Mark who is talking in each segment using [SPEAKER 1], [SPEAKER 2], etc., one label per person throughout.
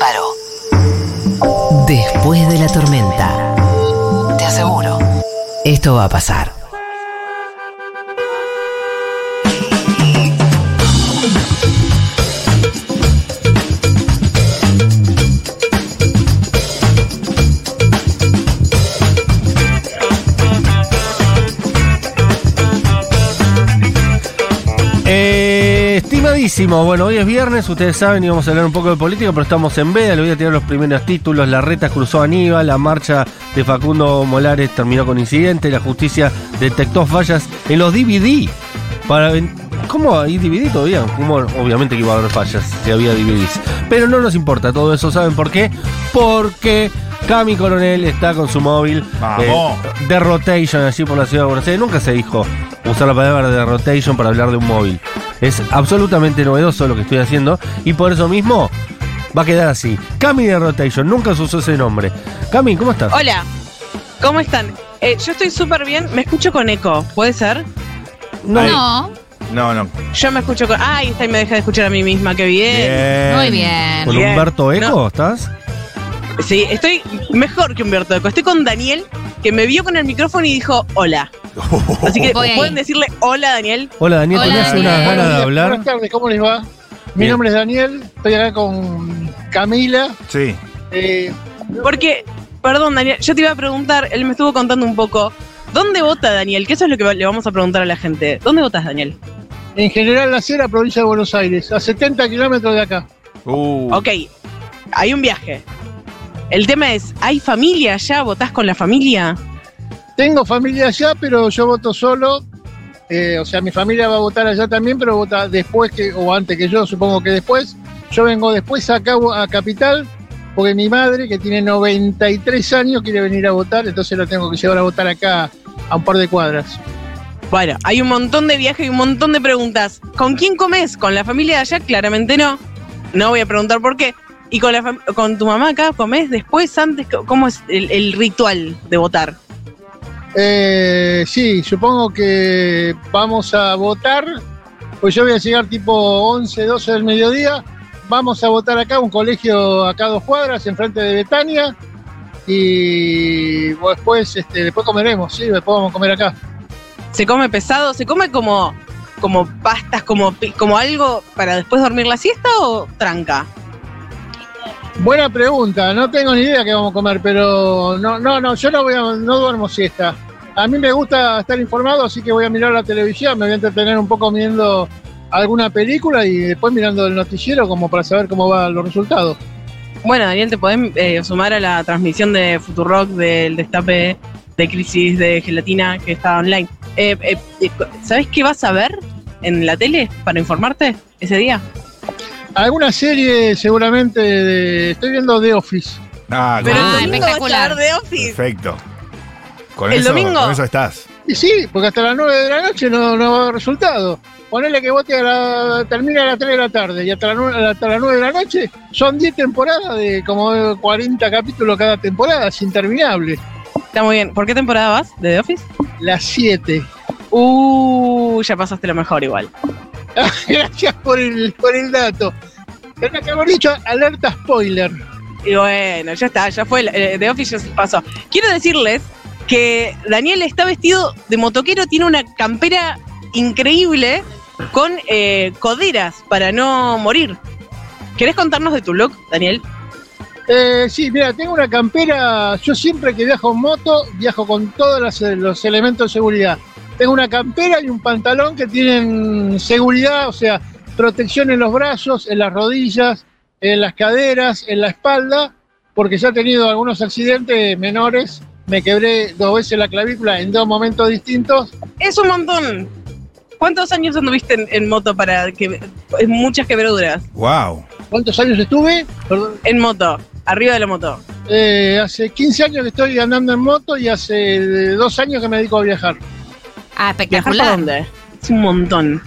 [SPEAKER 1] paró. Después de la tormenta. Te aseguro, esto va a pasar.
[SPEAKER 2] Eh, estimadísimo, bueno, hoy es viernes, ustedes saben, íbamos a hablar un poco de política, pero estamos en veda, le voy a tirar los primeros títulos, la reta cruzó a Aníbal, la marcha de Facundo Molares terminó con incidente, la justicia detectó fallas en los DVD. Para ven- ¿Cómo hay DVD todavía? ¿Cómo? Obviamente que iba a haber fallas si había DVDs. Pero no nos importa todo eso, ¿saben por qué? Porque Cami Coronel está con su móvil
[SPEAKER 3] Vamos.
[SPEAKER 2] eh, de rotation allí por la ciudad de Buenos Aires. Nunca se dijo usar la palabra de rotation para hablar de un móvil. Es absolutamente novedoso lo que estoy haciendo y por eso mismo va a quedar así. Cami de rotation, nunca se usó ese nombre. Cami, ¿cómo estás?
[SPEAKER 4] Hola, ¿cómo están? Eh, yo estoy súper bien, me escucho con eco, ¿puede ser?
[SPEAKER 2] No,
[SPEAKER 3] Ahí.
[SPEAKER 5] No,
[SPEAKER 3] No, no.
[SPEAKER 4] Yo me escucho con... Ay, está y me deja de escuchar a mí misma, qué bien.
[SPEAKER 3] Bien.
[SPEAKER 5] muy bien.
[SPEAKER 2] con
[SPEAKER 4] Bien.
[SPEAKER 2] Humberto Eco,
[SPEAKER 4] No.
[SPEAKER 2] ¿estás?
[SPEAKER 4] Sí, estoy mejor que Humberto Eco, estoy con Daniel, que me vio con el micrófono y dijo hola. Así que
[SPEAKER 5] Voy ahí.
[SPEAKER 4] pueden decirle hola, Daniel.
[SPEAKER 2] Hola Daniel,
[SPEAKER 5] Hola,
[SPEAKER 2] tenías
[SPEAKER 5] Daniel.
[SPEAKER 2] unas
[SPEAKER 5] Buenos
[SPEAKER 2] ganas de
[SPEAKER 6] días,
[SPEAKER 2] hablar.
[SPEAKER 6] Buenas tardes, ¿cómo les va? Mi
[SPEAKER 2] Bien.
[SPEAKER 6] nombre es Daniel, estoy acá con Camila.
[SPEAKER 3] Sí.
[SPEAKER 6] eh,
[SPEAKER 4] Porque, perdón, Daniel, yo te iba a preguntar, él me estuvo contando un poco, ¿dónde vota Daniel? Que eso es lo que le vamos a preguntar a la gente. ¿Dónde votas, Daniel?
[SPEAKER 6] en general, la Sierra, provincia de Buenos Aires, a 70 kilómetros de acá.
[SPEAKER 3] Uh.
[SPEAKER 4] Ok, hay un viaje. El tema es, ¿hay familia allá? ¿Votás con la familia?
[SPEAKER 6] Tengo familia allá, pero yo voto solo. eh, o sea, mi familia va a votar allá también, pero vota después que, o antes que yo, supongo que después. Yo vengo después acá a Capital, porque mi madre, que tiene 93 años, quiere venir a votar, entonces la tengo que llevar a votar acá a un par de cuadras.
[SPEAKER 4] Bueno, hay un montón de viajes y un montón de preguntas. ¿Con quién comes? ¿Con la familia de allá? Claramente no. No voy a preguntar por qué. ¿Y con, la fam- con tu mamá acá comes después, antes? Co- ¿Cómo es el, el ritual de votar?
[SPEAKER 6] Eh, sí, supongo que vamos a votar. Pues yo voy a llegar tipo 11, 12 del mediodía. Vamos a votar acá, un colegio acá a dos cuadras, enfrente de Betania. Y después, este, después comeremos, sí, después vamos a comer acá.
[SPEAKER 4] ¿Se come pesado? ¿Se come como, como pastas, como, pi- como algo para después dormir la siesta o tranca?
[SPEAKER 6] Buena pregunta, no tengo ni idea qué vamos a comer, pero no, no, no, yo no voy a, no duermo siesta. A mí me gusta estar informado, así que voy a mirar la televisión, me voy a entretener un poco viendo alguna película y después mirando el noticiero como para saber cómo van los resultados.
[SPEAKER 4] Bueno, Daniel, te podés eh, sumar a la transmisión de Futurock del destape de crisis de gelatina que está online. Eh, eh, eh, ¿Sabés qué vas a ver en la tele para informarte ese día?
[SPEAKER 6] Alguna serie seguramente de- estoy viendo The Office.
[SPEAKER 3] Ah,
[SPEAKER 5] Pero-
[SPEAKER 3] con-
[SPEAKER 5] Ah,
[SPEAKER 4] el domingo vas a
[SPEAKER 5] espectacular.
[SPEAKER 4] estar de Office.
[SPEAKER 3] perfecto. Con
[SPEAKER 4] ¿El
[SPEAKER 3] eso,
[SPEAKER 4] domingo?
[SPEAKER 3] Con eso estás.
[SPEAKER 6] Y sí, porque hasta las 9 de la noche no, no va a haber resultado. Ponele que vote a la, termina a las 3 de la tarde y hasta, la nue- hasta las 9 de la noche son 10 temporadas de como 40 capítulos cada temporada, es interminable.
[SPEAKER 4] Está muy bien. ¿Por qué temporada vas de The Office?
[SPEAKER 6] Las 7.
[SPEAKER 4] Uh, ya pasaste lo mejor igual.
[SPEAKER 6] Gracias por el, por el dato. Tendría que haber dicho alerta spoiler.
[SPEAKER 4] Y bueno, ya está, ya fue. eh, The Office ya se pasó. Quiero decirles que Daniel está vestido de motoquero, tiene una campera increíble con eh, coderas para no morir. ¿Querés contarnos de tu look, Daniel?
[SPEAKER 6] Eh, sí, mira, tengo una campera. Yo siempre que viajo en moto, viajo con todos las- los elementos de seguridad. Tengo una campera y un pantalón que tienen seguridad, o sea, protección en los brazos, en las rodillas, en las caderas, en la espalda, porque ya he tenido algunos accidentes menores. Me quebré dos veces la clavícula en dos momentos distintos.
[SPEAKER 4] Es un montón. ¿Cuántos años anduviste en, en moto para que muchas quebraduras?
[SPEAKER 3] Wow.
[SPEAKER 6] ¿Cuántos años estuve? Perdón.
[SPEAKER 4] En moto. arriba de la moto?
[SPEAKER 6] Eh, hace 15 años que estoy andando en moto y hace eh, dos años que me dedico a viajar.
[SPEAKER 4] ¿Viajar para
[SPEAKER 5] Ah, espectacular.
[SPEAKER 4] dónde? Es un montón.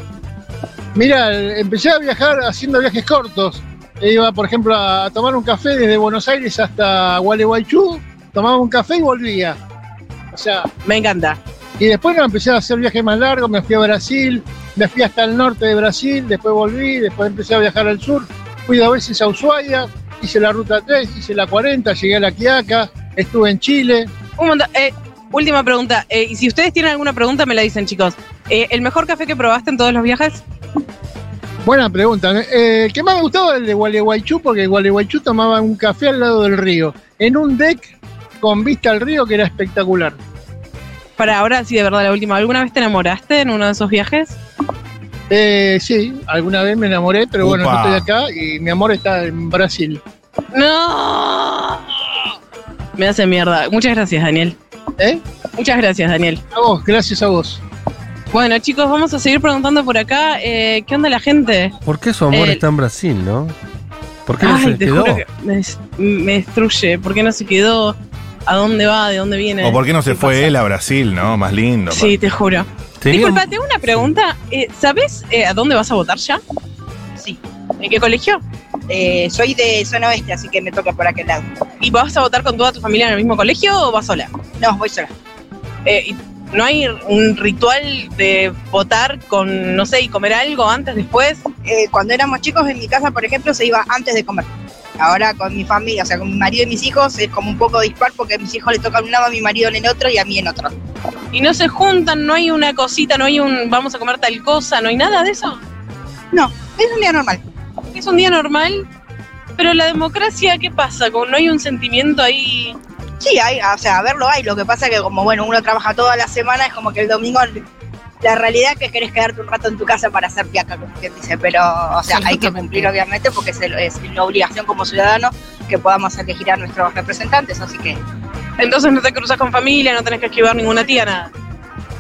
[SPEAKER 6] Mira, el- empecé a viajar haciendo viajes cortos. E Iba, por ejemplo, a, a tomar un café desde Buenos Aires hasta Gualeguaychú, tomaba un café y volvía. O sea,
[SPEAKER 4] Me encanta.
[SPEAKER 6] y después no, empecé a hacer viajes más largos, me fui a Brasil, me fui hasta el norte de Brasil, después volví, después empecé a viajar al sur, fui dos veces a Ushuaia, hice la ruta 3, hice la 40, llegué a la Quiaca, estuve en Chile.
[SPEAKER 4] Un montón. Eh, última pregunta. Eh, y si ustedes tienen alguna pregunta, me la dicen, chicos. Eh, ¿El mejor café que probaste en todos los viajes?
[SPEAKER 6] Buena pregunta. Eh, el que más me gustaba es el de Gualeguaychú, porque en Gualeguaychú tomaba un café al lado del río, en un deck con vista al río que era espectacular.
[SPEAKER 4] Para ahora, sí, de verdad, la última. ¿Alguna vez te enamoraste en uno de esos viajes?
[SPEAKER 6] Eh, sí, alguna vez me enamoré, pero bueno,
[SPEAKER 3] Upa.
[SPEAKER 6] yo estoy acá y mi amor está en Brasil.
[SPEAKER 4] ¡No! Me hace mierda. Muchas gracias, Daniel.
[SPEAKER 6] ¿Eh?
[SPEAKER 4] Muchas gracias, Daniel.
[SPEAKER 6] A vos, gracias a vos.
[SPEAKER 4] Bueno, chicos, vamos a seguir preguntando por acá. Eh, ¿Qué onda la gente?
[SPEAKER 2] ¿Por qué su amor
[SPEAKER 4] Eh,
[SPEAKER 2] está en Brasil, no? ¿Por qué no
[SPEAKER 4] Ay,
[SPEAKER 2] se
[SPEAKER 4] te
[SPEAKER 2] quedó?
[SPEAKER 4] juro que me, des- me destruye. ¿Por qué no se quedó? ¿A dónde va? ¿De dónde viene?
[SPEAKER 3] ¿O por qué no se
[SPEAKER 4] ¿Qué
[SPEAKER 3] fue
[SPEAKER 4] pasa?
[SPEAKER 3] él a Brasil, no? Más lindo.
[SPEAKER 4] Sí, te juro.
[SPEAKER 2] Tenía un-
[SPEAKER 4] Disculpa, tengo una pregunta. Eh, ¿Sabes eh, a dónde vas a votar ya?
[SPEAKER 7] Sí.
[SPEAKER 4] ¿En qué colegio?
[SPEAKER 7] Eh, soy de zona oeste, así que me toca por aquel lado.
[SPEAKER 4] ¿Y vas a votar con toda tu familia en el mismo colegio o vas sola?
[SPEAKER 7] No, voy sola.
[SPEAKER 4] Eh, y ¿No hay un ritual de votar con, no sé, y comer algo antes, después?
[SPEAKER 7] Eh, cuando éramos chicos en mi casa, por ejemplo, se iba antes de comer. Ahora con mi familia, o sea, con mi marido y mis hijos, es como un poco dispar porque a mis hijos le toca en un lado, a mi marido en el otro y a mí en otro.
[SPEAKER 4] Y no se juntan, no hay una cosita, no hay un vamos a comer tal cosa, no hay nada de eso.
[SPEAKER 7] Es un día normal.
[SPEAKER 4] Es un día normal, pero la democracia, ¿qué pasa? Como no hay un sentimiento ahí...
[SPEAKER 7] Sí, hay, o sea, verlo hay. Lo que pasa que como, bueno, uno trabaja toda la semana, es como que el domingo la realidad es que querés quedarte un rato en tu casa para hacer piaca, como quien dice. Pero, o sea, hay que
[SPEAKER 5] Absolutamente.
[SPEAKER 7] cumplir obviamente porque es, el- es una obligación como ciudadano que podamos elegir a nuestros representantes. Así que,
[SPEAKER 4] Entonces no te cruzas con familia, no tenés que esquivar ninguna tía, nada.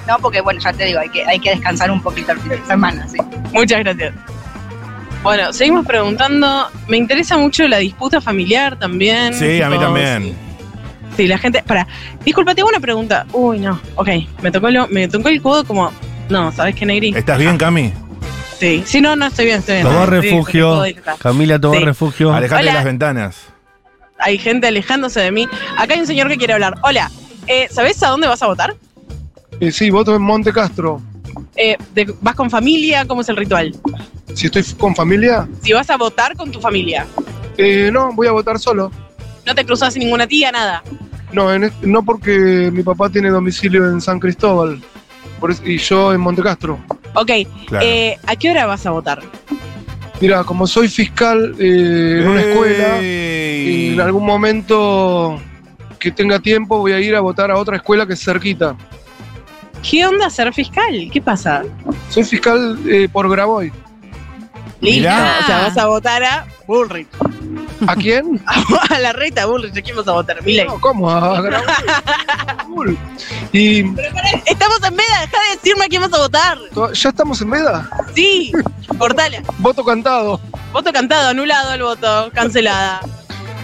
[SPEAKER 7] no, porque bueno, ya te digo, hay que, hay que descansar un poquito el fin de semana, sí.
[SPEAKER 4] Muchas gracias. Bueno, seguimos preguntando. Me interesa mucho la disputa familiar también.
[SPEAKER 3] Sí, a mí
[SPEAKER 4] tipo,
[SPEAKER 3] también.
[SPEAKER 4] Sí, la gente. Para, disculpa, tengo una pregunta. Uy, no. Ok, me tocó, lo- me tocó el codo como. No, ¿sabes qué, Negri?
[SPEAKER 3] ¿Estás bien, Cami?
[SPEAKER 4] Sí, sí, no, no, estoy bien, estoy bien.
[SPEAKER 2] Tomá
[SPEAKER 4] Sí,
[SPEAKER 2] refugio.
[SPEAKER 4] estoy todo-
[SPEAKER 2] Camila, toma
[SPEAKER 4] Sí.
[SPEAKER 2] refugio.
[SPEAKER 3] Alejate de
[SPEAKER 4] Hola.
[SPEAKER 3] las ventanas.
[SPEAKER 4] Hay gente alejándose de mí. Acá hay un señor que quiere hablar. Hola, eh, ¿sabes a dónde vas a votar?
[SPEAKER 8] Eh, sí, voto en Monte Castro.
[SPEAKER 4] Eh, de- ¿Vas con familia? ¿Cómo es el ritual?
[SPEAKER 8] Si estoy con familia,
[SPEAKER 4] Si vas a votar con tu familia.
[SPEAKER 8] eh, no, voy a votar solo.
[SPEAKER 4] No te cruzas ninguna tía, nada.
[SPEAKER 8] No, en est- no porque mi papá tiene domicilio en San Cristóbal por eso- y yo en Monte Castro.
[SPEAKER 4] Ok,
[SPEAKER 3] Claro.
[SPEAKER 4] eh, ¿a qué hora vas a votar?
[SPEAKER 8] Mira, como soy fiscal eh, en una escuela, y en algún momento que tenga tiempo voy a ir a votar a otra escuela que es cerquita.
[SPEAKER 4] ¿Qué onda ser fiscal? ¿Qué pasa?
[SPEAKER 8] Soy fiscal eh, por Graboy.
[SPEAKER 4] Listo,
[SPEAKER 3] Mirá.
[SPEAKER 4] o sea, vas a votar a Bullrich.
[SPEAKER 8] ¿A quién?
[SPEAKER 4] a la reta Bullrich, ¿a quién vas a votar? Milei.
[SPEAKER 8] No, ¿Cómo? A Grabois. Cool. Y
[SPEAKER 4] Estamos en veda, deja de decirme a quién vas a votar.
[SPEAKER 8] to- ya estamos en veda.
[SPEAKER 4] Sí, cortala.
[SPEAKER 8] Voto cantado.
[SPEAKER 4] Voto cantado, anulado el voto, cancelada.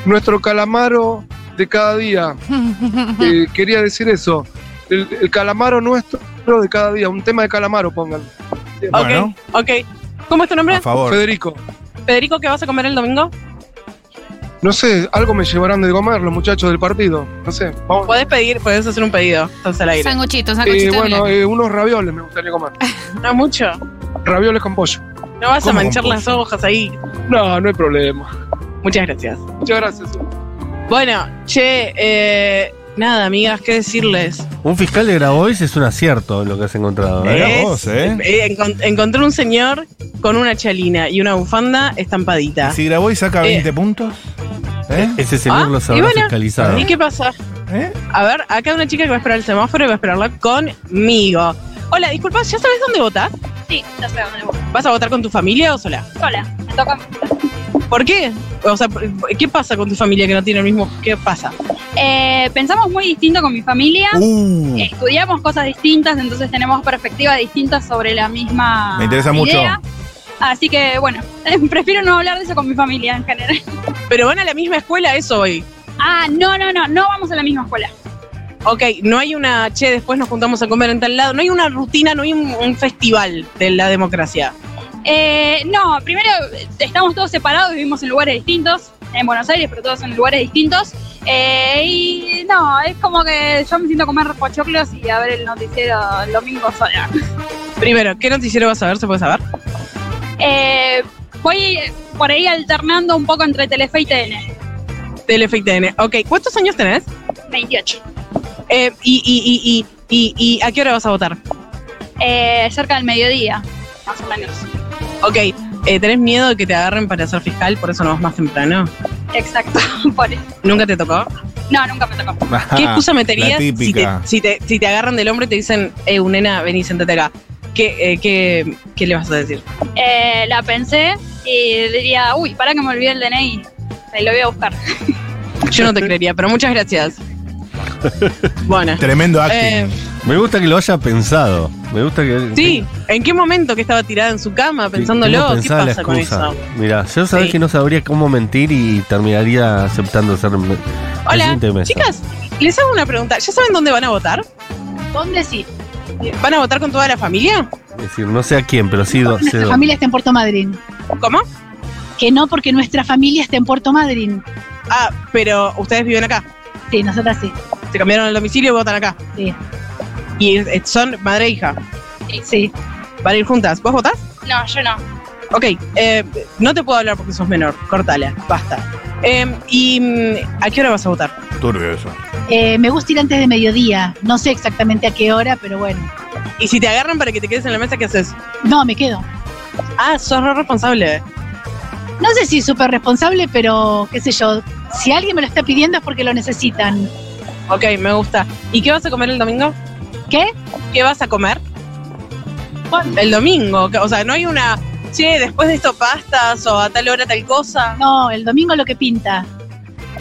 [SPEAKER 8] Nuestro calamaro de cada día. Eh, quería decir eso. El, el calamaro nuestro de cada día. Un tema de calamaro, pongan.
[SPEAKER 3] Bueno,
[SPEAKER 4] Ok, ok. ¿Cómo es tu nombre?
[SPEAKER 3] a favor.
[SPEAKER 8] Federico.
[SPEAKER 4] Federico, ¿qué vas a comer el domingo?
[SPEAKER 8] No sé, algo me llevarán de comer los muchachos del partido. No sé. Vamos.
[SPEAKER 4] Podés pedir, podés hacer un pedido, estás al aire.
[SPEAKER 5] Sanguchito,
[SPEAKER 8] Eh,
[SPEAKER 5] sanguchito. de
[SPEAKER 8] bueno,
[SPEAKER 5] milanga.
[SPEAKER 8] eh, unos ravioles me gustaría comer.
[SPEAKER 4] No mucho.
[SPEAKER 8] Ravioles con pollo.
[SPEAKER 4] No vas a
[SPEAKER 3] ¿Cómo
[SPEAKER 4] manchar
[SPEAKER 3] con
[SPEAKER 4] las hojas ahí.
[SPEAKER 8] No, no hay problema.
[SPEAKER 4] Muchas gracias.
[SPEAKER 8] Muchas gracias.
[SPEAKER 4] Bueno, che, eh, nada, amigas, ¿qué decirles?
[SPEAKER 2] Un fiscal de Grabois es un acierto lo que has encontrado. ¿eh?
[SPEAKER 3] Mirá
[SPEAKER 4] Es-
[SPEAKER 3] vos, ¿eh?
[SPEAKER 4] Eh, encon- encontré un señor con una chalina y una bufanda estampadita.
[SPEAKER 3] ¿Y si grabó y saca
[SPEAKER 4] Eh.
[SPEAKER 3] 20 puntos? ¿Eh?
[SPEAKER 2] Ese señor
[SPEAKER 4] Ah,
[SPEAKER 2] lo
[SPEAKER 4] y
[SPEAKER 2] sabrá
[SPEAKER 4] bueno.
[SPEAKER 2] fiscalizado.
[SPEAKER 4] ¿Y qué pasa?
[SPEAKER 3] ¿Eh?
[SPEAKER 4] A ver, acá hay una chica que va a esperar el semáforo y va a esperarla conmigo. Hola, disculpa, ¿ya sabes dónde votas?
[SPEAKER 9] Sí, ya sé a dónde voy.
[SPEAKER 4] ¿Vas a votar con tu familia o sola?
[SPEAKER 9] Sola, me toca.
[SPEAKER 4] ¿Por qué? O sea, ¿por- ¿qué pasa con tu familia que no tiene el mismo? ¿Qué pasa?
[SPEAKER 9] Eh, pensamos muy distinto con mi familia.
[SPEAKER 3] Uh,
[SPEAKER 9] Estudiamos cosas distintas, entonces tenemos perspectivas distintas sobre la misma
[SPEAKER 3] Me interesa mucho.
[SPEAKER 9] idea. Así que, bueno, prefiero no hablar de eso con mi familia en general.
[SPEAKER 4] Pero van a la misma escuela, eso hoy.
[SPEAKER 9] Ah, no, no, no, no vamos a la misma escuela.
[SPEAKER 4] Ok, no hay una, che, después nos juntamos a comer en tal lado, no hay una rutina, no hay un, un festival de la democracia.
[SPEAKER 9] Eh, no, primero eh, estamos todos separados, vivimos en lugares distintos, en Buenos Aires, pero todos en lugares distintos. Eh, y no, es como que yo me siento a comer pochoclos y a ver el noticiero el domingo sola.
[SPEAKER 4] Primero, ¿qué noticiero vas a ver? ¿Se puede saber?
[SPEAKER 9] Eh, voy por ahí alternando un poco entre Telefe y TN.
[SPEAKER 4] Telefe y TN. Ok, ¿cuántos años tenés?
[SPEAKER 9] 28.
[SPEAKER 4] Eh, y, y, y, y, y, y a qué hora vas a votar?
[SPEAKER 9] Eh, cerca del mediodía, más o menos.
[SPEAKER 4] Ok, eh, ¿tenés miedo de que te agarren para ser fiscal? Por eso no vas más temprano.
[SPEAKER 9] Exacto, por eso.
[SPEAKER 4] ¿Nunca te tocó?
[SPEAKER 9] No, nunca me tocó.
[SPEAKER 4] ¿Qué excusa
[SPEAKER 3] Ah, La
[SPEAKER 4] meterías si te,
[SPEAKER 3] típica.
[SPEAKER 4] si, te, si te agarran del hombre y te dicen, eh, nena, vení, sentate acá? ¿Qué, eh, qué, ¿Qué le vas a decir?
[SPEAKER 9] Eh, la pensé y diría, uy, para que me olvidé el DNI. Ahí lo voy a buscar.
[SPEAKER 4] Yo no te creería, pero muchas gracias. Bueno.
[SPEAKER 3] Tremendo acting.
[SPEAKER 4] Eh,
[SPEAKER 2] Me gusta que lo haya pensado. Me gusta que.
[SPEAKER 4] sí, ¿en qué momento que estaba tirada en su cama
[SPEAKER 2] que- que
[SPEAKER 4] pensándolo?
[SPEAKER 2] no
[SPEAKER 4] ¿Qué
[SPEAKER 2] pensaba
[SPEAKER 4] pasa con
[SPEAKER 2] excusa.
[SPEAKER 4] eso?
[SPEAKER 2] Mirá, yo sabés
[SPEAKER 4] Sí.
[SPEAKER 2] que no sabría cómo mentir y terminaría aceptando ser. me-
[SPEAKER 4] Hola,
[SPEAKER 2] presidente de mesa.
[SPEAKER 4] chicas, les hago una pregunta. ¿Ya saben dónde van a votar?
[SPEAKER 5] ¿Dónde sí?
[SPEAKER 4] ¿Van a votar con toda la familia?
[SPEAKER 2] Es decir, no sé a quién, pero sí. do- sé
[SPEAKER 5] Nuestra
[SPEAKER 2] dónde.
[SPEAKER 5] familia está en Puerto Madryn.
[SPEAKER 4] ¿Cómo?
[SPEAKER 5] Que no, porque nuestra familia está en Puerto Madryn.
[SPEAKER 4] Ah, pero ustedes viven acá.
[SPEAKER 5] Sí, nosotras sí.
[SPEAKER 4] Se cambiaron el domicilio y votan acá.
[SPEAKER 5] Sí.
[SPEAKER 4] Y eh, son madre e hija.
[SPEAKER 5] Sí.
[SPEAKER 4] Van a ir juntas. ¿Vos votás?
[SPEAKER 9] No, yo no.
[SPEAKER 4] Ok, eh, no te puedo hablar porque sos menor. Cortala, basta. Eh, ¿Y mm, a qué hora vas a votar?
[SPEAKER 3] Turbio eso.
[SPEAKER 5] Eh, me gusta ir antes de mediodía. No sé exactamente a qué hora, pero bueno.
[SPEAKER 4] Y si te agarran para que te quedes en la mesa, ¿qué haces?
[SPEAKER 5] No, me quedo.
[SPEAKER 4] Ah, sos re responsable.
[SPEAKER 5] No sé si súper responsable, pero qué sé yo. Si alguien me lo está pidiendo es porque lo necesitan.
[SPEAKER 4] Ok, me gusta. ¿Y qué vas a comer el domingo?
[SPEAKER 5] ¿Qué?
[SPEAKER 4] ¿Qué vas a comer? El domingo. O sea, no hay una. Che, después de esto pastas o a tal hora tal cosa.
[SPEAKER 5] No, el domingo lo que pinta.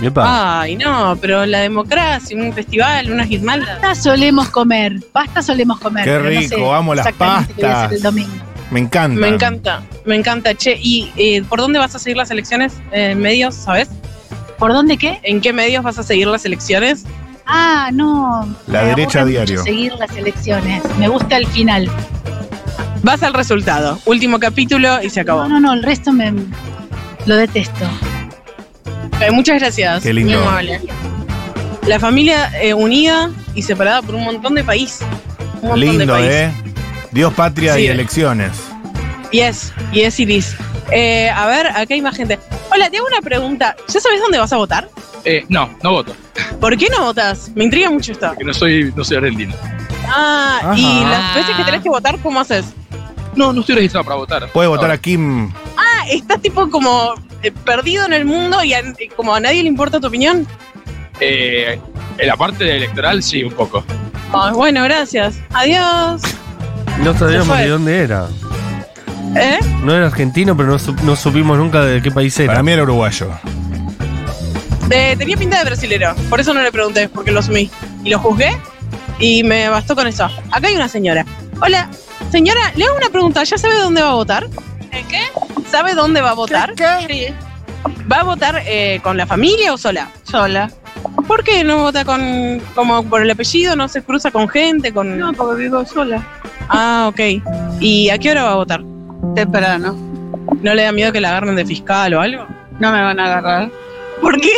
[SPEAKER 2] Epa.
[SPEAKER 4] Ay, no, pero la democracia, un festival, unas guirnaldas.
[SPEAKER 5] Pasta solemos comer. Pasta solemos comer.
[SPEAKER 3] Qué
[SPEAKER 5] pero no sé
[SPEAKER 3] rico, amo las
[SPEAKER 5] exactamente qué voy a hacer
[SPEAKER 3] pastas.
[SPEAKER 5] el domingo.
[SPEAKER 3] Me encanta.
[SPEAKER 4] Me encanta, me encanta. Che, ¿y eh, por dónde vas a seguir las elecciones? ¿En medios, sabes?
[SPEAKER 5] ¿Por dónde qué?
[SPEAKER 4] ¿En qué medios vas a seguir las elecciones?
[SPEAKER 5] Ah, no.
[SPEAKER 3] La
[SPEAKER 5] me
[SPEAKER 3] derecha
[SPEAKER 5] aburre
[SPEAKER 3] diario.
[SPEAKER 5] mucho Seguir las elecciones. Me gusta el final.
[SPEAKER 4] Vas al resultado. Último capítulo y se acabó.
[SPEAKER 5] No, no, no, el resto me lo detesto.
[SPEAKER 4] Eh, muchas gracias.
[SPEAKER 3] Qué lindo.
[SPEAKER 4] Muy amable. La familia eh, unida y separada por un montón de país. Un montón de
[SPEAKER 3] Lindo,
[SPEAKER 4] país.
[SPEAKER 3] ¿eh? Dios, patria
[SPEAKER 4] Sí,
[SPEAKER 3] y
[SPEAKER 4] eh.
[SPEAKER 3] elecciones.
[SPEAKER 4] Yes, yes it is. Eh, a ver, acá hay más gente. Hola, te hago una pregunta. ¿Ya sabes dónde vas a votar?
[SPEAKER 10] Eh, no, no voto,
[SPEAKER 4] ¿Por qué no votas? Me intriga mucho esto.
[SPEAKER 10] porque no soy, no soy argentino.
[SPEAKER 4] Ah,
[SPEAKER 3] Ajá.
[SPEAKER 4] y las veces que tenés que votar, ¿cómo haces?
[SPEAKER 10] No, no estoy registrado para votar.
[SPEAKER 3] Puede votar a Kim.
[SPEAKER 4] Ah, estás tipo como eh, perdido en el mundo y a- y como a nadie le importa tu opinión.
[SPEAKER 10] Eh, en la parte electoral sí, un poco.
[SPEAKER 4] Ay, Ah, bueno, gracias. Adiós.
[SPEAKER 2] No sabíamos
[SPEAKER 4] fue.
[SPEAKER 2] de dónde era.
[SPEAKER 4] ¿Eh?
[SPEAKER 2] No era argentino, pero no, sup- no supimos nunca de qué país era.
[SPEAKER 3] Para mí era uruguayo.
[SPEAKER 4] Eh, tenía pinta de brasilero, por eso no le pregunté, porque lo asumí. Y lo juzgué y me bastó con eso. Acá hay una señora. Hola, señora, le hago una pregunta. ¿Ya sabe dónde va a votar?
[SPEAKER 9] ¿Qué?
[SPEAKER 4] ¿Sabe dónde va a votar?
[SPEAKER 9] Sí.
[SPEAKER 4] ¿Va a votar eh, con la familia o sola?
[SPEAKER 5] Sola.
[SPEAKER 4] ¿Por qué no vota con, como por el apellido? ¿No se cruza con gente? Con...
[SPEAKER 5] porque vivo sola.
[SPEAKER 4] Ah, ok. ¿Y a qué hora va a votar?
[SPEAKER 5] Temprano.
[SPEAKER 4] ¿No le da miedo que la agarren de fiscal o algo?
[SPEAKER 5] No me van a agarrar.
[SPEAKER 4] ¿Por qué?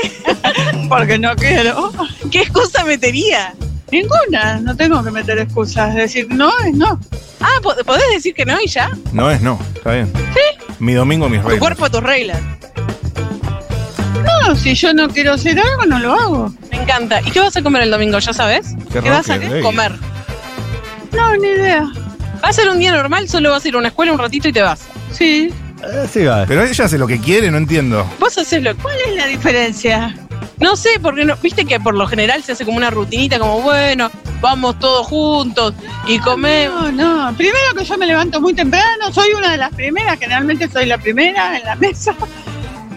[SPEAKER 4] Porque no quiero. ¿Qué excusa metería?
[SPEAKER 5] Ninguna. No tengo que meter excusas. Decir, no es no.
[SPEAKER 4] Ah, po- ¿podés decir que no y ya?
[SPEAKER 3] No es, no. Está bien. Mi domingo, mis
[SPEAKER 4] Tu
[SPEAKER 3] reyes.
[SPEAKER 4] cuerpo, tus reglas.
[SPEAKER 5] No, si yo no quiero hacer algo, no lo hago.
[SPEAKER 4] Me encanta. ¿Y qué vas a comer el domingo? ¿Ya sabes?
[SPEAKER 3] Qué
[SPEAKER 4] ¿Qué, vas a
[SPEAKER 3] rocker, ey.
[SPEAKER 4] comer?
[SPEAKER 5] No, ni idea.
[SPEAKER 4] Va a ser un día normal, solo vas a ir a una escuela un ratito y te vas.
[SPEAKER 5] Sí.
[SPEAKER 2] Eh, sí, va.
[SPEAKER 3] Pero ella hace lo que quiere, no entiendo.
[SPEAKER 4] Vos haces lo que.
[SPEAKER 5] ¿Cuál es la diferencia?
[SPEAKER 4] No sé, porque no, viste que por lo general se hace como una rutinita, como bueno, vamos todos juntos y comemos.
[SPEAKER 5] No, no. Primero que yo me levanto muy temprano. Soy una de las primeras. Generalmente soy la primera en la mesa.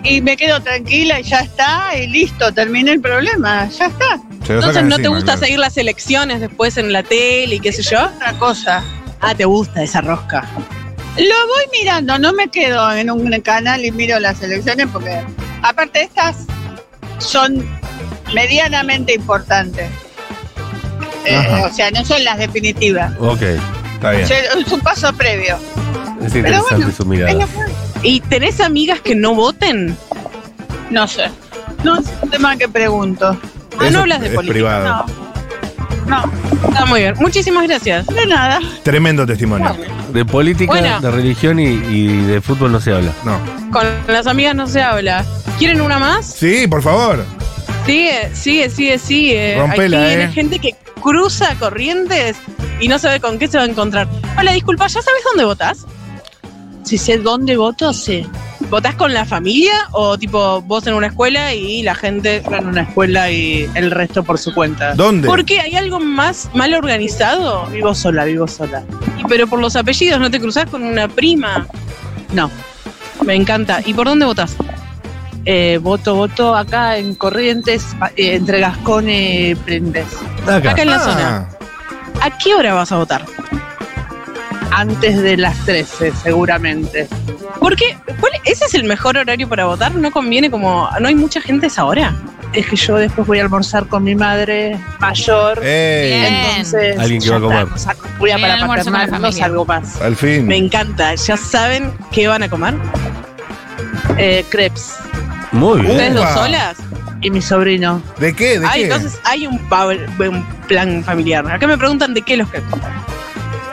[SPEAKER 5] Y me quedo tranquila y ya está. Y listo. Terminé el problema. Ya está.
[SPEAKER 3] Se lo
[SPEAKER 4] Entonces,
[SPEAKER 3] sacan
[SPEAKER 4] ¿no te
[SPEAKER 3] encima,
[SPEAKER 4] gusta
[SPEAKER 3] claro.
[SPEAKER 4] seguir las elecciones después en la tele y qué sé yo?
[SPEAKER 5] Otra cosa.
[SPEAKER 4] Ah, te gusta esa rosca.
[SPEAKER 5] Lo voy mirando, no me quedo en un canal y miro las elecciones porque Aparte, estas son medianamente importantes. Eh,
[SPEAKER 2] Ajá.
[SPEAKER 5] o sea, no son las definitivas.
[SPEAKER 2] Ok, está
[SPEAKER 5] O sea, es un paso previo.
[SPEAKER 2] Es interesante
[SPEAKER 5] bueno,
[SPEAKER 2] su mirada.
[SPEAKER 4] ¿Y tenés amigas que no voten?
[SPEAKER 5] No sé. No es un tema que pregunto.
[SPEAKER 4] Ah,
[SPEAKER 3] Eso
[SPEAKER 4] no hablas de
[SPEAKER 3] es
[SPEAKER 4] política.
[SPEAKER 3] privado.
[SPEAKER 5] No.
[SPEAKER 4] Está muy bien. Muchísimas gracias.
[SPEAKER 5] De nada.
[SPEAKER 3] Tremendo testimonio.
[SPEAKER 2] De política,
[SPEAKER 4] Bueno.
[SPEAKER 2] de religión y, y de fútbol no se habla.
[SPEAKER 3] No.
[SPEAKER 4] Con las amigas no se habla. ¿Quieren una más?
[SPEAKER 3] Sí, por favor.
[SPEAKER 4] Sigue, sigue, sigue, sigue.
[SPEAKER 3] Rompela,
[SPEAKER 4] eh, Aquí
[SPEAKER 3] eh.
[SPEAKER 4] hay gente que cruza corrientes y no sabe con qué se va a encontrar. Hola, disculpa, ¿ya sabes dónde votás?
[SPEAKER 5] Si sé dónde voto, sé.
[SPEAKER 4] ¿Votás con la familia o tipo vos en una escuela y la gente
[SPEAKER 5] En una escuela y el resto por su cuenta.
[SPEAKER 3] ¿Dónde?
[SPEAKER 4] ¿Por qué? ¿Hay algo más mal organizado?
[SPEAKER 5] Vivo sola, vivo sola.
[SPEAKER 4] Y pero por los apellidos, ¿no te cruzás con una prima?
[SPEAKER 5] No.
[SPEAKER 4] Me encanta. ¿Y por dónde votás?
[SPEAKER 5] Eh, voto, voto acá en Corrientes, eh, entre Gascón y Prendes.
[SPEAKER 2] Acá.
[SPEAKER 4] Acá en la zona.
[SPEAKER 3] Ah,
[SPEAKER 4] ¿A qué hora vas a votar?
[SPEAKER 5] Antes de las 13, seguramente.
[SPEAKER 4] Porque ¿cuál, ese es el mejor horario para votar. No conviene como... No hay mucha gente a esa hora.
[SPEAKER 5] Es que yo después voy a almorzar con mi madre mayor.
[SPEAKER 3] ey,
[SPEAKER 11] Bien.
[SPEAKER 5] Entonces,
[SPEAKER 2] Alguien que
[SPEAKER 5] ya
[SPEAKER 2] va a comer.
[SPEAKER 5] está, no saco- voy a
[SPEAKER 11] Bien,
[SPEAKER 5] para
[SPEAKER 11] almuerzo con la
[SPEAKER 5] paternal, no
[SPEAKER 11] familia.
[SPEAKER 5] salgo más.
[SPEAKER 3] al
[SPEAKER 4] Me
[SPEAKER 3] fin.
[SPEAKER 4] encanta. ¿Ya saben qué van a comer?
[SPEAKER 5] Eh, crepes.
[SPEAKER 2] Muy bien.
[SPEAKER 4] ¿Ustedes dos
[SPEAKER 3] Upa.
[SPEAKER 4] solas?
[SPEAKER 5] Y mi sobrino.
[SPEAKER 3] ¿De qué? ¿De
[SPEAKER 4] Ay,
[SPEAKER 3] qué?
[SPEAKER 4] entonces hay un, pa- un plan familiar. Acá me preguntan de qué los que...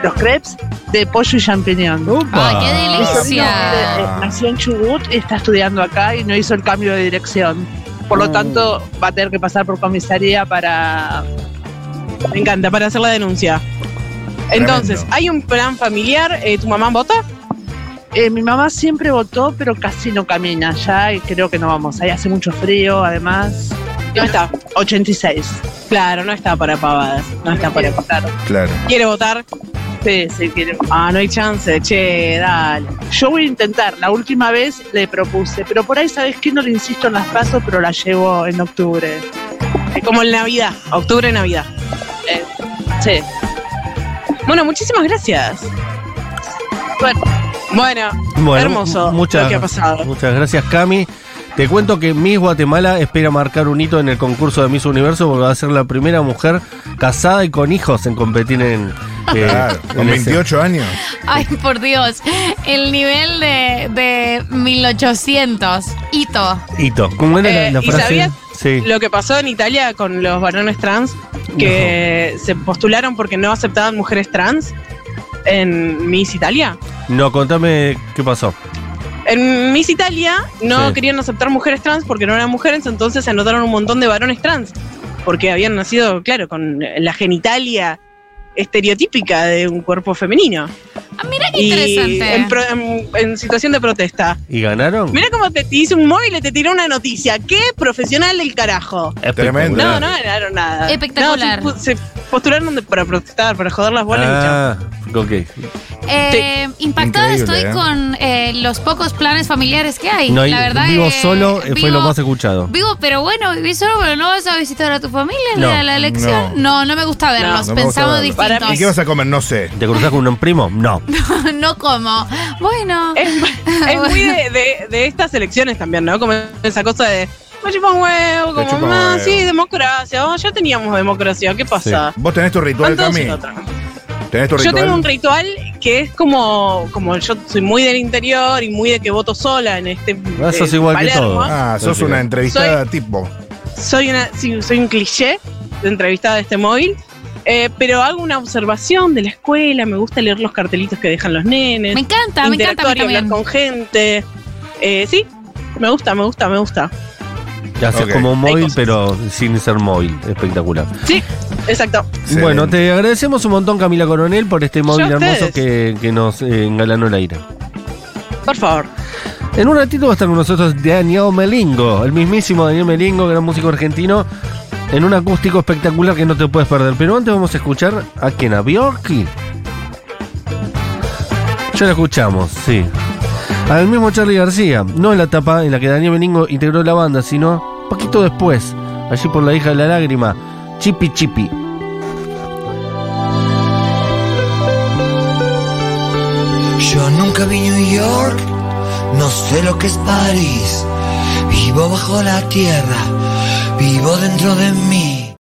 [SPEAKER 5] Los crepes de pollo y champiñón.
[SPEAKER 2] Upa.
[SPEAKER 11] qué
[SPEAKER 5] Mi sobrino
[SPEAKER 11] delicia!
[SPEAKER 5] eh, nació en Chubut, está estudiando acá y no hizo el cambio de dirección. Por lo tanto, va a tener que pasar por comisaría para
[SPEAKER 4] Me encanta, para hacer la denuncia. Entonces,
[SPEAKER 3] Tremendo.
[SPEAKER 4] hay un plan familiar. eh, ¿Tu mamá vota?
[SPEAKER 5] Eh, mi mamá siempre votó, pero casi no camina ya y creo que no vamos. Ahí hace mucho frío, además.
[SPEAKER 4] No está.
[SPEAKER 5] 86.
[SPEAKER 4] Claro, no está para pavadas. No está para pavadas.
[SPEAKER 5] votar.
[SPEAKER 3] Claro.
[SPEAKER 4] ¿Quiere votar?
[SPEAKER 5] Sí, sí, quiere.
[SPEAKER 4] Ah, no hay chance. Che, dale.
[SPEAKER 5] Yo voy a intentar. La última vez le propuse, pero por ahí, ¿sabes qué? No le insisto en las pasos, pero la llevo en octubre.
[SPEAKER 4] Es como en Navidad. Octubre, Navidad.
[SPEAKER 5] Eh, Sí.
[SPEAKER 4] Bueno, muchísimas gracias. Bueno, bueno
[SPEAKER 2] Bueno,
[SPEAKER 4] hermoso
[SPEAKER 2] mu- muchas,
[SPEAKER 4] lo que ha pasado.
[SPEAKER 2] Muchas gracias, Cami. Te cuento que Miss Guatemala espera marcar un hito en el concurso de Miss Universo porque va a ser la primera mujer casada y con hijos en competir en. eh,
[SPEAKER 3] Claro, con
[SPEAKER 2] en ese-
[SPEAKER 3] 28 años.
[SPEAKER 11] Ay, por Dios. El nivel de, de 1800. Hito.
[SPEAKER 2] Hito. ¿Cómo era la-
[SPEAKER 4] Eh,
[SPEAKER 2] la,
[SPEAKER 4] ¿y
[SPEAKER 2] frase?
[SPEAKER 4] sabías
[SPEAKER 2] sí.
[SPEAKER 4] lo que pasó en Italia con los varones trans que se postularon porque no aceptaban mujeres trans en Miss Italia.
[SPEAKER 2] No, contame qué pasó.
[SPEAKER 4] En Miss Italia no
[SPEAKER 2] Sí.
[SPEAKER 4] querían aceptar mujeres trans porque no eran mujeres, entonces se anotaron un montón de varones trans porque habían nacido, claro, con la genitalia estereotípica de un cuerpo femenino.
[SPEAKER 11] Ah, mira qué
[SPEAKER 4] Y
[SPEAKER 11] interesante.
[SPEAKER 4] en pro- en- en situación de protesta.
[SPEAKER 2] ¿Y ganaron?
[SPEAKER 4] Mira cómo te, te hice un móvil y te tiré una noticia. ¡Qué profesional del carajo!
[SPEAKER 2] Espectacular.
[SPEAKER 3] Tremendo.
[SPEAKER 4] No, no ganaron nada.
[SPEAKER 11] Eh, Espectacular.
[SPEAKER 4] No, se, pu- se postularon de- para protestar, para joder las bolas. y chao.
[SPEAKER 2] Ah, ok.
[SPEAKER 11] Eh, impactada
[SPEAKER 3] Increíble,
[SPEAKER 11] estoy
[SPEAKER 3] ¿eh?
[SPEAKER 11] con eh, los pocos planes familiares que hay.
[SPEAKER 2] No, y
[SPEAKER 11] la verdad
[SPEAKER 2] vivo
[SPEAKER 11] eh,
[SPEAKER 2] solo eh, fue
[SPEAKER 11] vivo-
[SPEAKER 2] lo más escuchado.
[SPEAKER 11] Vivo, pero bueno, viví solo, pero no vas a visitar a tu familia en
[SPEAKER 2] No,
[SPEAKER 11] la, la elección. No. no, me gusta verlos.
[SPEAKER 3] No me gusta
[SPEAKER 11] Pensamos
[SPEAKER 3] verlo.
[SPEAKER 11] distintos.
[SPEAKER 3] ¿Y qué vas a comer? No sé.
[SPEAKER 2] ¿Te cruzás con un primo? No.
[SPEAKER 11] no como. Bueno.
[SPEAKER 4] Es, es
[SPEAKER 11] Ah,
[SPEAKER 4] muy de, de- de estas elecciones también, ¿no? Como esa cosa de. Me chupa un huevo,
[SPEAKER 3] Me chupa
[SPEAKER 4] como.
[SPEAKER 3] un
[SPEAKER 4] Ah,
[SPEAKER 3] huevo".
[SPEAKER 4] sí, democracia. Oh, ya teníamos democracia. ¿Qué pasa?
[SPEAKER 3] ¿Vos tenés tu ritual,
[SPEAKER 4] Van todos
[SPEAKER 3] Cami?
[SPEAKER 4] en otra.
[SPEAKER 3] ¿Tenés tu
[SPEAKER 4] Yo
[SPEAKER 3] ritual?
[SPEAKER 4] tengo un ritual que es como, como yo soy muy del interior y muy de que voto sola en este.
[SPEAKER 2] Ah, sos
[SPEAKER 4] eh,
[SPEAKER 2] igual que
[SPEAKER 4] Palermo.
[SPEAKER 2] todos.
[SPEAKER 3] Ah, sos una entrevistada tipo.
[SPEAKER 4] soy una sí, soy un cliché de entrevistada de este móvil eh, pero hago una observación de la escuela me gusta leer los cartelitos que dejan los nenes
[SPEAKER 11] me encanta, me encanta a
[SPEAKER 4] interactuar
[SPEAKER 11] mí
[SPEAKER 4] y hablar
[SPEAKER 11] también.
[SPEAKER 4] con gente Eh, sí me gusta me gusta me gusta
[SPEAKER 2] Ya haces
[SPEAKER 3] Ok.
[SPEAKER 2] como un
[SPEAKER 4] Hay
[SPEAKER 2] móvil,
[SPEAKER 4] cosas.
[SPEAKER 2] pero sin ser móvil. Espectacular.
[SPEAKER 4] sí exacto
[SPEAKER 3] Excelente.
[SPEAKER 2] Bueno, te agradecemos un montón, Camila Coronel, por este móvil
[SPEAKER 4] a
[SPEAKER 2] hermoso
[SPEAKER 4] ustedes.
[SPEAKER 2] que, que nos eh, engalanó el aire.
[SPEAKER 4] por favor
[SPEAKER 2] En un ratito va a estar con nosotros Daniel Melingo, el mismísimo Daniel Melingo, gran músico argentino, en un acústico espectacular que no te puedes perder. Pero antes vamos a escuchar a quien a Bjorki. Ya la escuchamos, sí. Al mismo Charlie García, no en la etapa en la que Daniel Melingo integró la banda, sino poquito después, allí por la hija de la lágrima, Chipi Chipi.
[SPEAKER 12] Yo nunca vi New York, no sé lo que es París.
[SPEAKER 3] Vivo bajo la tierra, vivo dentro de mí.